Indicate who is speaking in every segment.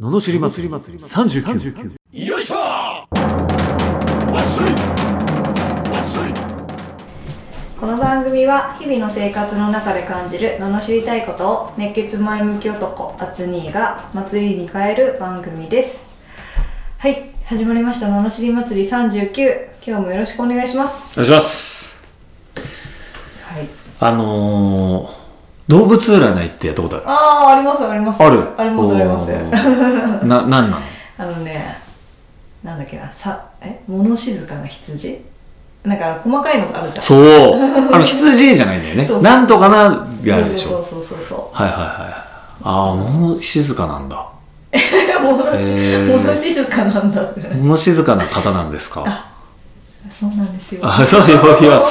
Speaker 1: ののしり祭り39
Speaker 2: よいしょわっしょいわっしょい
Speaker 3: この番組は日々の生活の中で感じる罵りたいことを熱血前向き男アツニーが祭りに変える番組ですはい始まりました罵り祭り39今日もよろしくお願いします
Speaker 1: お願いします
Speaker 3: はい
Speaker 1: あのー、動物占いってやったことある
Speaker 3: ああありますあります
Speaker 1: ある
Speaker 3: ありますあります
Speaker 1: おー な、なんなの
Speaker 3: あのねなんだっけなさえ物静かな羊なんか細かいのがあるじゃん
Speaker 1: そうあの羊じゃないんだよね
Speaker 3: そうそうそう
Speaker 1: なんとかながあるでしょ
Speaker 3: そうそうそうそう そ
Speaker 1: はいはいはいああ物静かなんだ
Speaker 3: う物
Speaker 1: へー
Speaker 3: 物静かなんだってね
Speaker 1: 物静かな方なんですか
Speaker 3: そうなんですよ
Speaker 1: あそういやい や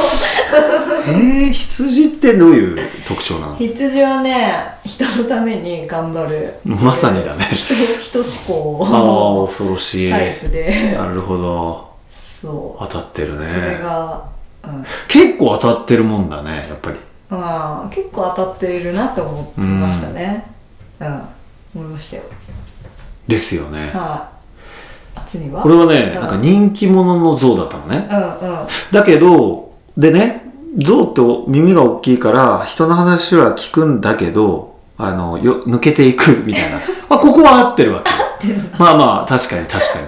Speaker 1: えー、羊ってどういう特徴なの
Speaker 3: 羊はね人のために頑張る
Speaker 1: まさにだね
Speaker 3: 人人志向
Speaker 1: ああ
Speaker 3: の
Speaker 1: 恐ろしい
Speaker 3: タイプで
Speaker 1: なるほど
Speaker 3: そ
Speaker 1: 当たってる
Speaker 3: う
Speaker 1: ね
Speaker 3: それが、うん
Speaker 1: 結構当たってるもんだねやっぱり
Speaker 3: まあ、結構当たっているなと思いましたねうん思いましたよ
Speaker 1: ですよね
Speaker 3: はいあっちには
Speaker 1: これはね
Speaker 3: うん
Speaker 1: なんか人気者の象だったのね
Speaker 3: うんうん
Speaker 1: だけどでね象って耳が大きいから人の話は聞くんだけどあのよ抜けていくみたい なまあここは合ってるわけまあまあ確かに確か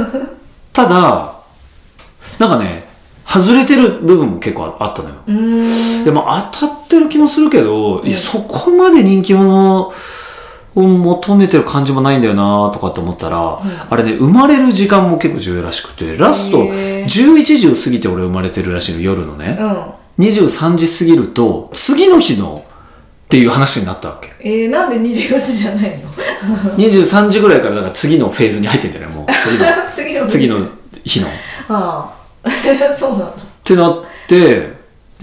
Speaker 1: にただなんかね外れてる部分も結構あったのよ
Speaker 3: うーん
Speaker 1: でも当たってる気もするけど、いや、
Speaker 3: うん
Speaker 1: そこまで人気者を求めてる感じもないんだよなとかって思ったら、あれね、生まれる時間も結構重要らしくて、ラスト
Speaker 3: へー
Speaker 1: 11時を過ぎて俺生まれてるらしいの、夜のね。
Speaker 3: うん
Speaker 1: 23時過ぎると、次の日のっていう話になったわけ。
Speaker 3: えー、なんで24時じゃないの
Speaker 1: 23時ぐらいからだから次のフェーズに入ってんじゃないもう、次 の、次
Speaker 3: 次の
Speaker 1: の日の。っ
Speaker 3: ああ そうなんだ
Speaker 1: てなって、で、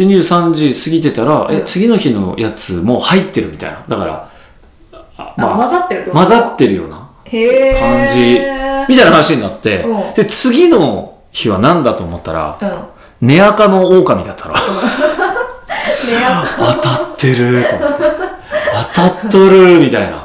Speaker 1: 23時過ぎてたら、え、
Speaker 3: うん
Speaker 1: 次の日のやつもう入ってるみたいな。だから、あ
Speaker 3: あ、混ざってるってこと
Speaker 1: 混ざってるよな、
Speaker 3: へえ
Speaker 1: 感じみたいな話になって、
Speaker 3: うん
Speaker 1: で、次の日は何だと思ったら、
Speaker 3: うん
Speaker 1: 寝垢の狼だったら、
Speaker 3: ねやっ
Speaker 1: 当たってると思って、当たっとるみたいな、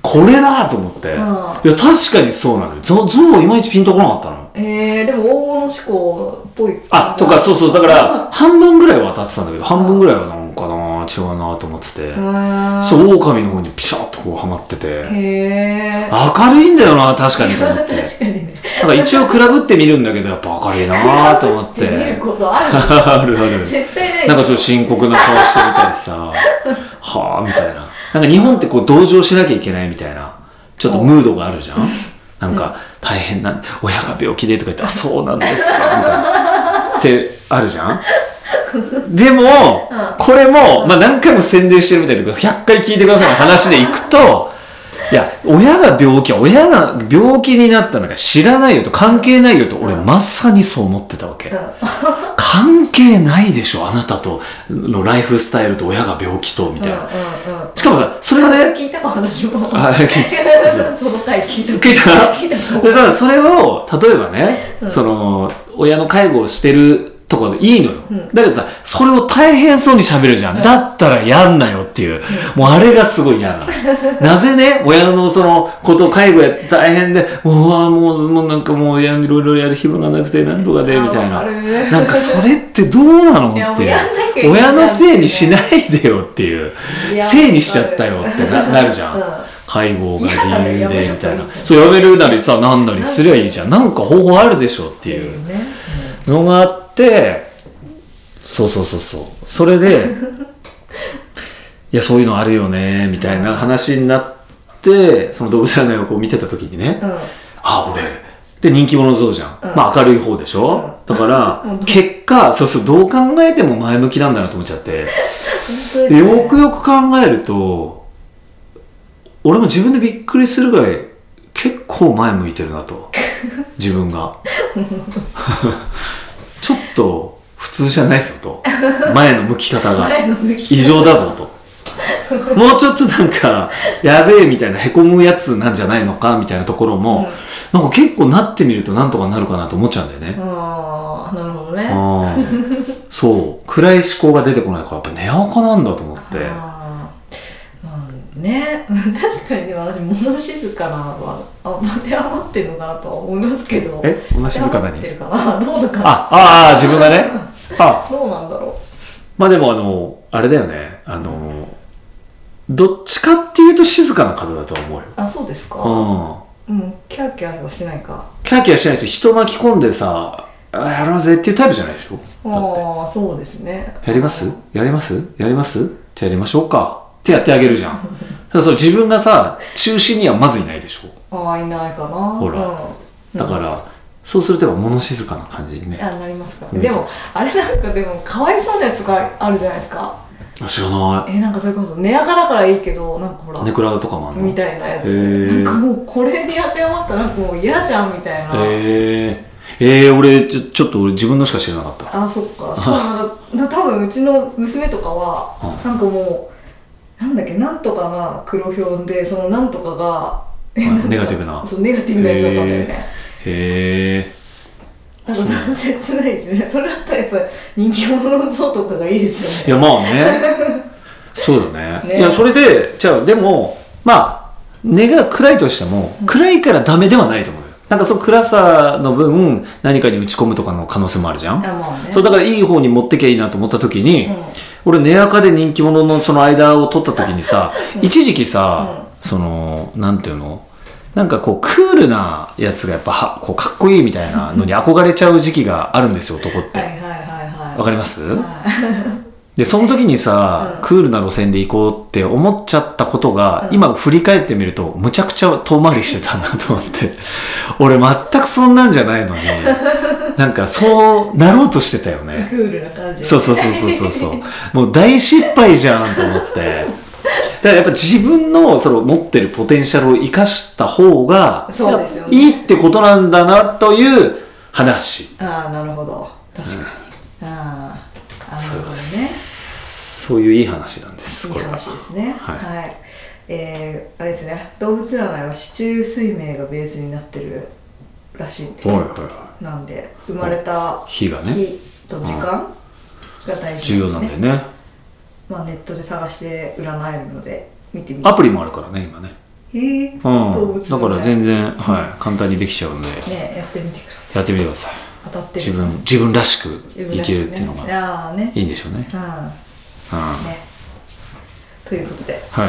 Speaker 1: これだと思って、
Speaker 3: ん
Speaker 1: いや、確かにそうなのよ。ゾゾウいまいちピンとこなかったの。
Speaker 3: えー、でも大物志向っぽい
Speaker 1: あ、とか、そうそう、だから、半分ぐらいは当たってたんだけど、半分ぐらいはなんかな、違うなと思ってて、
Speaker 3: ん
Speaker 1: そう、狼の方にピシャッとこうはまってて、
Speaker 3: へえ
Speaker 1: 明るいんだよな、確かにと思っ
Speaker 3: 確
Speaker 1: て。
Speaker 3: かにね
Speaker 1: なんか一応比べってみるんだけどやっぱ明るいなーと思っ
Speaker 3: って見る
Speaker 1: て。
Speaker 3: ことあ
Speaker 1: あるあ
Speaker 3: る
Speaker 1: る。
Speaker 3: 絶対ない
Speaker 1: なんかちょっと深刻な顔してみたりさ、はあみたいな。なんか日本ってこう同情しなきゃいけないみたいな、ちょっとムードがあるじゃんなんか大変な、親が病気でとか言って、あ、そうなんですかみたいな。ってあるじゃんでも、これも、まあ、何回も宣伝してるみたいだけど、100回聞いてくださいの話でいくと、いや、親が病気、親が病気になったなんか知らないよと関係ないよと、俺まさにそう思ってたわけ。 関係ないでしょ、あなたとのライフスタイルと親が病気と、みたいな。
Speaker 3: うんうん
Speaker 1: しかもさ、それがね、
Speaker 3: 聞いたか私も
Speaker 1: あ聞いた
Speaker 3: その回聞いた
Speaker 1: 聞いた
Speaker 3: 聞いた
Speaker 1: でさ、それを、例えばね、その、親の介護をしてるとかでいいのよ。だけどさ、それを大変そうに喋るじゃん。だったらやんなよっていう。もうあれがすごい嫌なの。 なぜね、親のその、ことを介護やって大変で、うわもう、もうなんかもう、いやいろいろやる暇がなくて、なんとかで、
Speaker 3: あー
Speaker 1: みたい
Speaker 3: わ
Speaker 1: な
Speaker 3: か。る
Speaker 1: なんかそれってどうなの
Speaker 3: いや
Speaker 1: ってい
Speaker 3: もうやんなきゃいけ
Speaker 1: う。
Speaker 3: ないじゃ
Speaker 1: 親
Speaker 3: ん
Speaker 1: のせいにしないでよっていう
Speaker 3: い。や
Speaker 1: せいにしちゃったよってななるじゃ
Speaker 3: うん
Speaker 1: ん。介護が理由でみたい
Speaker 3: やめた方がいい
Speaker 1: な
Speaker 3: じゃん
Speaker 1: そうやめるなりさ何なりすりゃいいじゃんなんか方法あるでしょっていう
Speaker 3: ね
Speaker 1: のがあってそうそうそうそうそれでいやそういうのあるよねみたいな話になってその動物占いをこう見てた時にね、
Speaker 3: うん
Speaker 1: あ俺で人気者像じゃん、まあ明るい方でしょ、だ から結果そうそうどう考えても前向きなんだなと思っちゃって。
Speaker 3: 本当です
Speaker 1: で
Speaker 3: ね
Speaker 1: よくよく考えると俺も自分でびっくりするぐらい結構前向いてるなと自分がちょっと普通じゃないぞと前の向き方が
Speaker 3: 前の向き
Speaker 1: 異常だぞともうちょっとなんかやべえみたいなへこむやつなんじゃないのかみたいなところも、なんか結構なってみるとなんとかなるかなと思っちゃうんだよね、
Speaker 3: ああなるほどね
Speaker 1: あーそう暗い思考が出てこないからやっぱ寝垢なんだと思って
Speaker 3: あーまあね 確かにでも私物静かなはあ当て余ってるのかなとは思いますけど
Speaker 1: え物静かなに
Speaker 3: 当て余ってるかなどうだかな
Speaker 1: あああ自分がねあ
Speaker 3: どうなんだろ
Speaker 1: まあでもあのあれだよねあのどっちかっていうと静かな方だと思うよ
Speaker 3: うあそうですか、
Speaker 1: う
Speaker 3: うん、キャーキャーはしないか
Speaker 1: んキャーキャーしないです人巻き込んでさあやろうぜっていうタイプじゃないでしょだって
Speaker 3: ああそうですね
Speaker 1: やりますやりますやりますじゃあやりましょうかってやってあげるじゃんただそれ自分がさ中心にはまずいないでしょ
Speaker 3: ああいないかな
Speaker 1: ほら
Speaker 3: うん、
Speaker 1: だから、そうするとやっぱ物静かな感じにね
Speaker 3: あなりますか
Speaker 1: うん
Speaker 3: でもあれなんかでもかわいそうなやつがあるじゃないですか
Speaker 1: あ知らな
Speaker 3: えなんかそれこそ寝垢だからいいけどなんかほら
Speaker 1: いネクラとかもあんの
Speaker 3: みたいなや
Speaker 1: へ
Speaker 3: つ
Speaker 1: ー
Speaker 3: なんかもうこれに当てはまったらなんかもう嫌じゃんみたいな、
Speaker 1: へええー、俺ちょちょっと俺自分のしか知らなか った
Speaker 3: あそっかしかもなんかな多分うちの娘とかはなんかもうなんだっけなんとかが黒ひょんでそのなんとかが
Speaker 1: ネガティブな
Speaker 3: そうネガティブなやつだったんだよね、
Speaker 1: へえ
Speaker 3: なんかその切ないですよねそれだったらやっぱ人気者の像とかがいいです
Speaker 1: い
Speaker 3: よね
Speaker 1: やまあねそうだね
Speaker 3: ね
Speaker 1: いやそれでじゃあでもまあ根が暗いとしても暗いからダメではないと思うよなんかその暗さの分何かに打ち込むとかの可能性もあるじゃん
Speaker 3: あまあね
Speaker 1: そうだからいい方に持ってきゃいいなと思った時に、
Speaker 3: うん
Speaker 1: 俺根垢で人気者のその間を取った時にさ、一時期さ、そのなんていうのなんかこうクールなやつがやっぱはこうかっこいいみたいなのに憧れちゃう時期があるんですよ男っ
Speaker 3: はい
Speaker 1: て。
Speaker 3: はいはいはい
Speaker 1: わかります、
Speaker 3: はい
Speaker 1: でその時にさ、
Speaker 3: うん
Speaker 1: クールな路線で行こうって思っちゃったことが、
Speaker 3: うん
Speaker 1: 今振り返ってみるとむちゃくちゃ遠回りしてたなと思って俺全くそんなんじゃない のになんかそうなろうとしてたよね
Speaker 3: クールな感じ
Speaker 1: そうそうそうそうそうそう。もう大失敗じゃんと思って。だからやっぱ自分のその持ってるポテンシャルを生かした方が
Speaker 3: そうですよね
Speaker 1: いいってことなんだなという話。
Speaker 3: ああなるほど確かに、ああなるほどね
Speaker 1: そういういい話なんです。
Speaker 3: いい
Speaker 1: これは。
Speaker 3: 話ですね
Speaker 1: はい
Speaker 3: えーあれですね動物占いは四柱推命がベースになってるらしいんです
Speaker 1: はい
Speaker 3: よ
Speaker 1: はいは
Speaker 3: なんで生まれた
Speaker 1: い。日がね、
Speaker 3: 日と時間が大事
Speaker 1: 重要なんだよね。
Speaker 3: まあ、ネットで探して占えるので見てみて
Speaker 1: アプリもあるからね、今ね。
Speaker 3: へえ動
Speaker 1: うん。
Speaker 3: 物
Speaker 1: だから全然、はい、簡単にできちゃうんで、
Speaker 3: ねやってみてください
Speaker 1: やってみてください。
Speaker 3: 当たってる
Speaker 1: 自分、自分らしく
Speaker 3: 自
Speaker 1: 生
Speaker 3: 分ら
Speaker 1: き
Speaker 3: しく
Speaker 1: るっていうの
Speaker 3: ね、
Speaker 1: が
Speaker 3: ああね
Speaker 1: いいんでしょうね。
Speaker 3: うん
Speaker 1: うん。
Speaker 3: ねということで
Speaker 1: はい。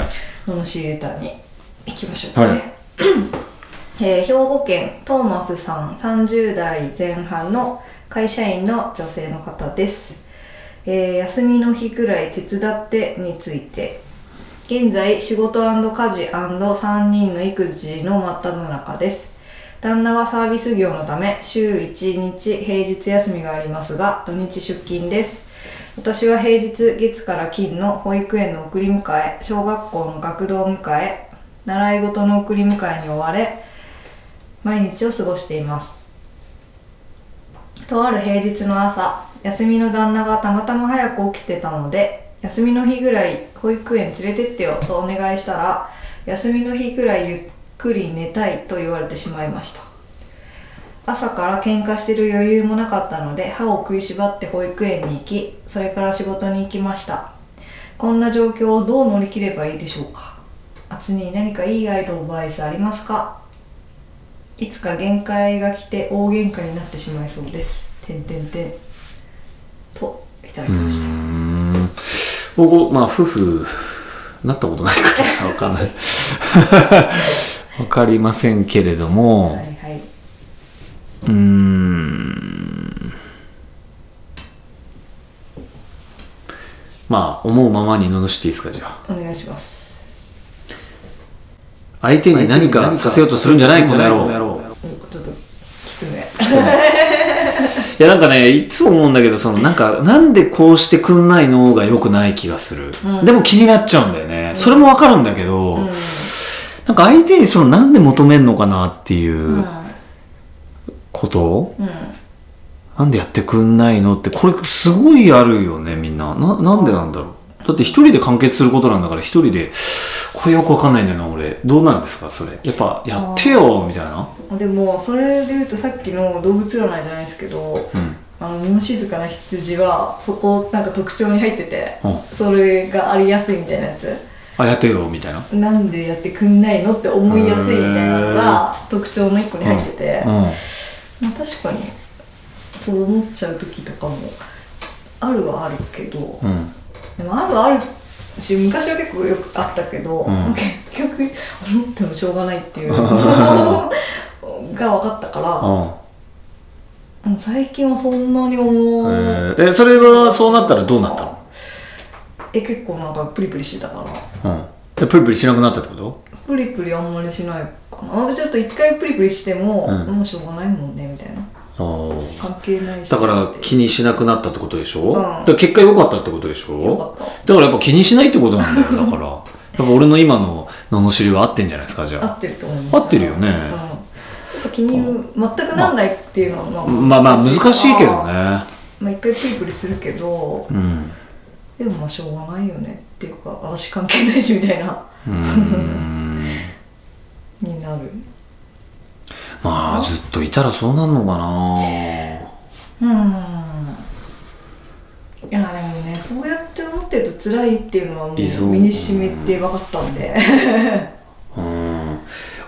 Speaker 3: 罵りレターに行きましょうかね、
Speaker 1: はい
Speaker 3: えー兵庫県トーマスさん30代前半の会社員の女性の方です、えー休みの日くらい手伝ってについて現在仕事家事 &3 人の育児の真っ只中です旦那はサービス業のため週1日平日休みがありますが土日出勤です私は平日月から金の保育園の送り迎え小学校の学童迎え習い事の送り迎えに追われ毎日を過ごしていますとある平日の朝休みの旦那がたまたま早く起きてたので休みの日ぐらい保育園連れてってよとお願いしたら休みの日ぐらいゆっくり寝たいと言われてしまいました朝から喧嘩してる余裕もなかったので歯を食いしばって保育園に行きそれから仕事に行きましたこんな状況をどう乗り切ればいいでしょうかあつに何かいいアイドバイスありますかいつか限界が来て大喧嘩になってしまいそうです。てんてんてんといただきました。
Speaker 1: 僕まあ夫婦なったことないから わかんないわかりませんけれども、
Speaker 3: はいはい。
Speaker 1: うーんまあ思うままに罵していいですかじゃあ
Speaker 3: お願いします。
Speaker 1: 相手に何かさせようとするんじゃないこの野郎
Speaker 3: おちょっときつめ。
Speaker 1: いやなんかねいつも思うんだけどそのなんかなんでこうしてくんないのが良くない気がする、
Speaker 3: うん
Speaker 1: でも気になっちゃうんだよね、それもわかるんだけど、
Speaker 3: うん。。
Speaker 1: なんか相手にそのなんで求めんのかなっていううんこと、
Speaker 3: うん。
Speaker 1: なんでやってくんないのってこれすごいあるよねみんなななんでなんだろうだって一人で完結することなんだから一人でこれよくわかんないんだよな俺どうなんですかそれやっぱやってよみたいな
Speaker 3: でもそれで言うとさっきの動物占いじゃないですけど、
Speaker 1: うん
Speaker 3: あの物静かな羊はそこなんか特徴に入ってて、
Speaker 1: うん
Speaker 3: それがありやすいみたいなやつ
Speaker 1: あやってよみたいな
Speaker 3: なんでやってくんないのって思いやすいみたいなのが特徴の一個に入ってて、
Speaker 1: うん
Speaker 3: まあ、確かにそう思っちゃう時とかもあるはあるけど、
Speaker 1: うん
Speaker 3: でもあるはあるし昔は結構よくあったけど、
Speaker 1: ん
Speaker 3: 結局思ってもしょうがないっていう が分かったから、
Speaker 1: うん
Speaker 3: もう最近はそんなに
Speaker 1: え
Speaker 3: 思う、
Speaker 1: ーえそれはそうなったらどうなったの
Speaker 3: え結構なんかプリプリしてたから
Speaker 1: うんでプリプリしなくなったってこと
Speaker 3: プリプリあんまりしないかなあちょっと一回プリプリしても、
Speaker 1: うん
Speaker 3: もうしょうがないもんねみたいな
Speaker 1: あー
Speaker 3: 関係ないし
Speaker 1: だから気にしなくなったってことでしょ、
Speaker 3: ん
Speaker 1: だから結果良かったってことでし
Speaker 3: 良か
Speaker 1: ょ
Speaker 3: っ
Speaker 1: だ
Speaker 3: た
Speaker 1: からやっぱ気にしないってことなんだよだからやっぱ俺の今の罵りは合ってんじゃないですかじゃ
Speaker 3: 合
Speaker 1: あ
Speaker 3: ってると思う
Speaker 1: 合ってるよね
Speaker 3: うん、やっぱ気に全くなんないっていうのは
Speaker 1: まあまあ難しいけどね
Speaker 3: まあ一回プリプリするけど
Speaker 1: うん
Speaker 3: でもまあしょうがないよねっていうか私関係ないしみたいな
Speaker 1: うーん
Speaker 3: になる
Speaker 1: まあずっといたらそうなんのかな
Speaker 3: うんいやでもねそうやって思ってると辛いっていうのはもう
Speaker 1: いそう
Speaker 3: 身に染みて分かったんで
Speaker 1: うん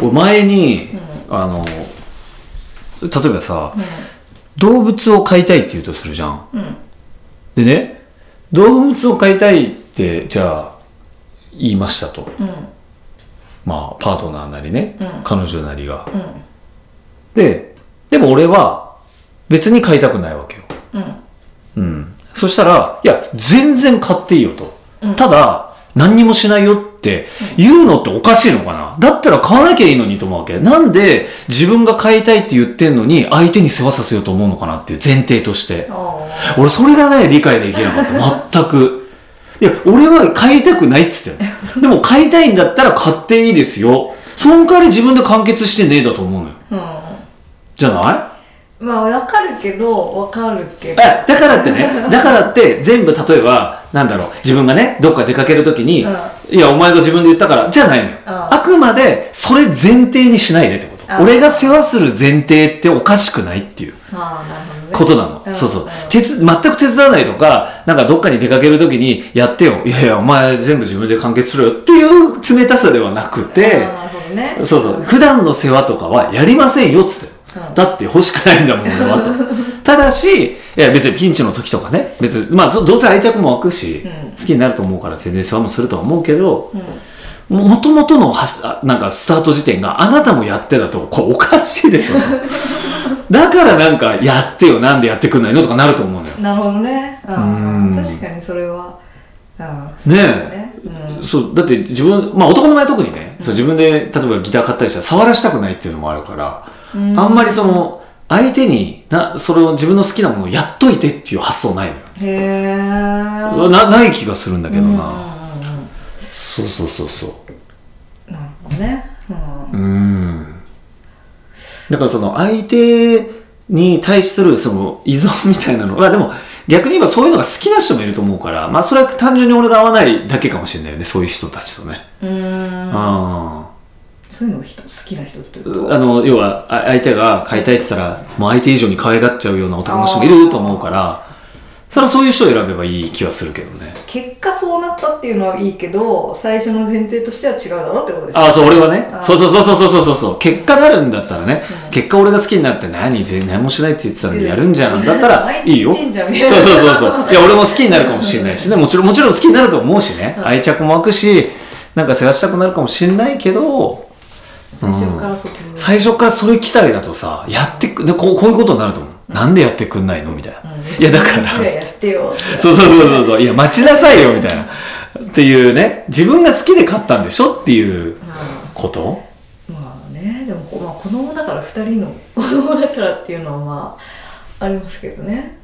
Speaker 1: 俺前に、あの例えばさ、動物を飼いたいって言うとするじゃん
Speaker 3: うん
Speaker 1: でね動物を飼いたいってじゃあ言いましたと
Speaker 3: うん
Speaker 1: まあパートナーなりね、
Speaker 3: うん
Speaker 1: 彼女なりが
Speaker 3: うん
Speaker 1: ででも俺は別に飼いたくないわけよ
Speaker 3: うん
Speaker 1: うんそしたらいや全然飼っていいよと、
Speaker 3: うん
Speaker 1: ただ何にもしないよって言うのっておかしいのかなだったら飼わなきゃいいのにと思うわけなんで自分が飼いたいって言ってんのに相手に世話させようと思うのかなっていう前提として
Speaker 3: ああ
Speaker 1: 俺それがね理解できなかった全くいや俺は買いたくないっつってたよでも買いたいんだったら買っていいですよその代わり自分で完結してねえだと思うのよ
Speaker 3: うん
Speaker 1: じゃない
Speaker 3: まあ分かるけど分かるけど
Speaker 1: あだからってねだからって全部例えばなんだろう自分がねどっか出かけるときに、
Speaker 3: うん
Speaker 1: いやお前が自分で言ったからじゃないのよ、
Speaker 3: ん
Speaker 1: あくまでそれ前提にしないでってこと、
Speaker 3: うん
Speaker 1: 俺が世話する前提っておかしくないっていう
Speaker 3: ああなるほどね
Speaker 1: ことなの、
Speaker 3: うん
Speaker 1: そうそう、
Speaker 3: うん
Speaker 1: 手つ全く手伝わないとかなんかどっかに出かける時にやってよいやいやお前全部自分で完結するよっていう冷たさではなくて
Speaker 3: ああなるほどね
Speaker 1: そうそう普段の世話とかはやりませんよっつって、
Speaker 3: うん
Speaker 1: だって欲しくないんだもん俺はと ただしいや別にピンチの時とかね別にまあどどうせ愛着も湧くし、
Speaker 3: ん
Speaker 1: 好きになると思うから全然世話もするとは思うけど、
Speaker 3: うん
Speaker 1: もともとのはしあなんかスタート時点があなたもやってだとこれおかしいでしょ だからなんかやってよなんでやってくんないのとかなると思うのよ
Speaker 3: なるほどね、う
Speaker 1: うん
Speaker 3: ん、確かにそれは、うん、そうですねうん、
Speaker 1: そうだって自分まあ男の前特にね、そう自分で例えばギター買ったりしたら触らしたくないっていうのもあるから、あんまりその相手になそれを自分の好きなものをやっといてっていう発想ないのよ
Speaker 3: へえ
Speaker 1: なない気がするんだけど
Speaker 3: うんうんうん
Speaker 1: な、そうそうそうそう
Speaker 3: なるほどね、うん
Speaker 1: うんだからその相手に対するその依存みたいなのまあでも逆に言えばそういうのが好きな人もいると思うからまあそれは単純に俺が合わないだけかもしれないよねそういう人たちとね、
Speaker 3: うーん
Speaker 1: あ
Speaker 3: そういうのが人好きな人ってこ
Speaker 1: ー
Speaker 3: と
Speaker 1: あの要はあ相手が買いたいって言ったらもう相手以上に可愛がっちゃうような男の人もいると思うからそれはそういう人を選べばいい気はするけどね
Speaker 3: 結果そうなったっていうのはいいけど最初の前提としては違うだろうってことですね
Speaker 1: ああそう俺はね
Speaker 3: あー
Speaker 1: そうそうそうそうそうそうそう結果なるんだったらね、結果俺が好きになって何全然何もしないって言ってたのにやるんじゃんだったらいいよ
Speaker 3: 毎日言ってんじゃんみた
Speaker 1: そ
Speaker 3: いうな
Speaker 1: そうそうそう いや俺も好きになるかもしれないしねもちろんもちろん好きになると思うしね、愛着も湧くしなんか世話したくなるかもしれないけど
Speaker 3: 最初からそこに
Speaker 1: 最初からそれ期待だとさやってくでこうこういうことになると思う、なんでやってくんないのみたいな、
Speaker 3: うん
Speaker 1: いやだから
Speaker 3: それやってよって
Speaker 1: そうそうそうそうそういや待ちなさいよみたいなっていうね自分が好きで買ったんでしょっていうこと、
Speaker 3: まあねでもこ、まあ、子供だから2人の 子供だからっていうのはまあありますけどね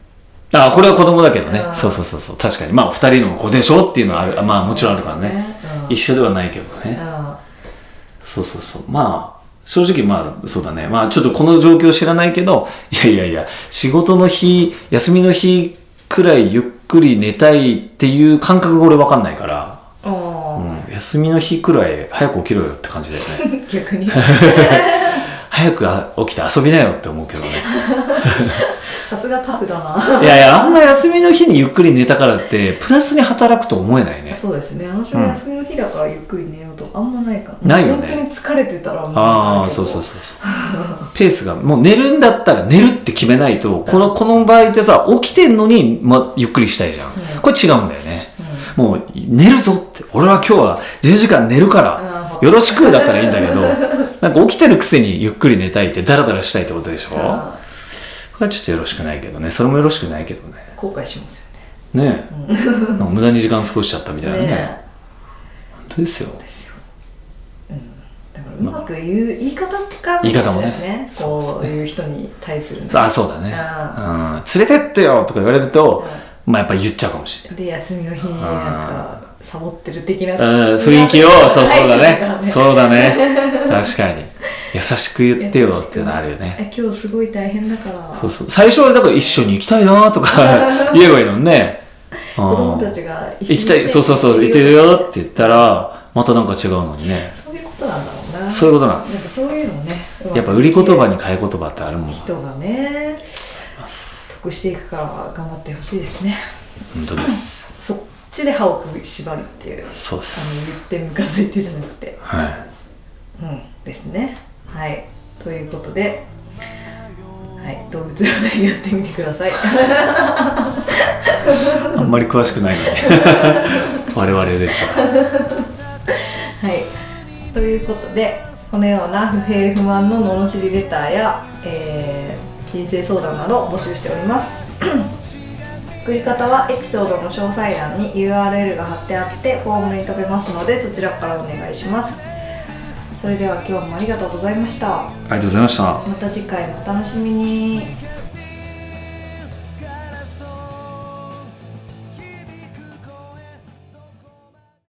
Speaker 1: あこれは子供だけどね
Speaker 3: うん
Speaker 1: そうそうそうそう確かにまあ二人の子でしょっていうのはあるまあもちろんあるからね
Speaker 3: うん
Speaker 1: 一緒ではないけどね、
Speaker 3: うん
Speaker 1: そうそうそうまあ正直まあそうだねまあちょっとこの状況知らないけどいやいやいや仕事の日休みの日くらいゆっくり寝たいっていう感覚が俺わかんないから、う
Speaker 3: あ
Speaker 1: ん、休みの日くらい早く起きろよって感じだよね
Speaker 3: ー逆に
Speaker 1: 早くあ起きて遊びなよって思うけどね
Speaker 3: さすがタフだな
Speaker 1: いやいや、あんま休みの日にゆっくり寝たからって、プラスに働くと思えないね。
Speaker 3: そうですね私も休みの日だからゆっくり寝ようとかあんまないから
Speaker 1: ないよね
Speaker 3: 本当に疲れてたらもう
Speaker 1: ああ、そうそうそうそう。ペースが、もう寝るんだったら寝るって決めないと、この、この場合ってさ、起きてんのに、ま、ゆっくりしたいじゃん
Speaker 3: うん。
Speaker 1: これ違うんだよね。もう、寝るぞって。俺は今日は10時間寝るから、
Speaker 3: うん
Speaker 1: よろしくだったらいいんだけど、 なんか起きてるくせにゆっくり寝たいって、ダラダラしたいってことでしょこ
Speaker 3: あ
Speaker 1: れはちょっとよろしくないけどね。それもよろしくないけどね。
Speaker 3: ー後悔しますよね
Speaker 1: ねえ。なんか無駄に時間過ごしちゃったみたいなね。
Speaker 3: ね
Speaker 1: 本当ですよ。
Speaker 3: ですよ、うん、だからうまく言う言い方か
Speaker 1: 言い方もね
Speaker 3: ですね
Speaker 1: そうですね
Speaker 3: こういう人に対するの
Speaker 1: あ、そうだね。うん。連れてってよとか言われると、まあやっぱ言っちゃうかもしれない。
Speaker 3: で休みの日になんかサボってる的な
Speaker 1: うん雰囲気 を、そうそうだね。
Speaker 3: う
Speaker 1: そうだね。確かに。優しく言ってよっていうのあるよね。
Speaker 3: え今日すごい大変だから
Speaker 1: そうそう。最初はだから一緒に行きたいなと か言えばいいのにね。子
Speaker 3: 子供たちが一緒
Speaker 1: 行
Speaker 3: に
Speaker 1: きたい、そうそうそう、行ってるよって言ったら、またなんか違うのにね。
Speaker 3: そういうことなんだろうな
Speaker 1: そういうことなんです
Speaker 3: すそういうのをね
Speaker 1: やっぱ売り言葉に買い言葉ってあるもん。本
Speaker 3: 人がね得していくから頑張ってほしいですね
Speaker 1: 当です。
Speaker 3: そっちで歯を食いしばるっていうあの
Speaker 1: そうです。
Speaker 3: 言ってムカついてじゃなくて
Speaker 1: はい。
Speaker 3: うんですねはいということではい動物占いやってみてください
Speaker 1: あんまり詳しくないの に。我々ですよ。
Speaker 3: はい、ということでこのような不平不満の罵りレターや、えー人生相談など募集しております 送り方はエピソードの詳細欄に URL が貼ってあってフォームに飛べますのでそちらからお願いしますそれでは今日もありがとうございました
Speaker 1: ありがとうございました。
Speaker 3: また次回もお楽しみに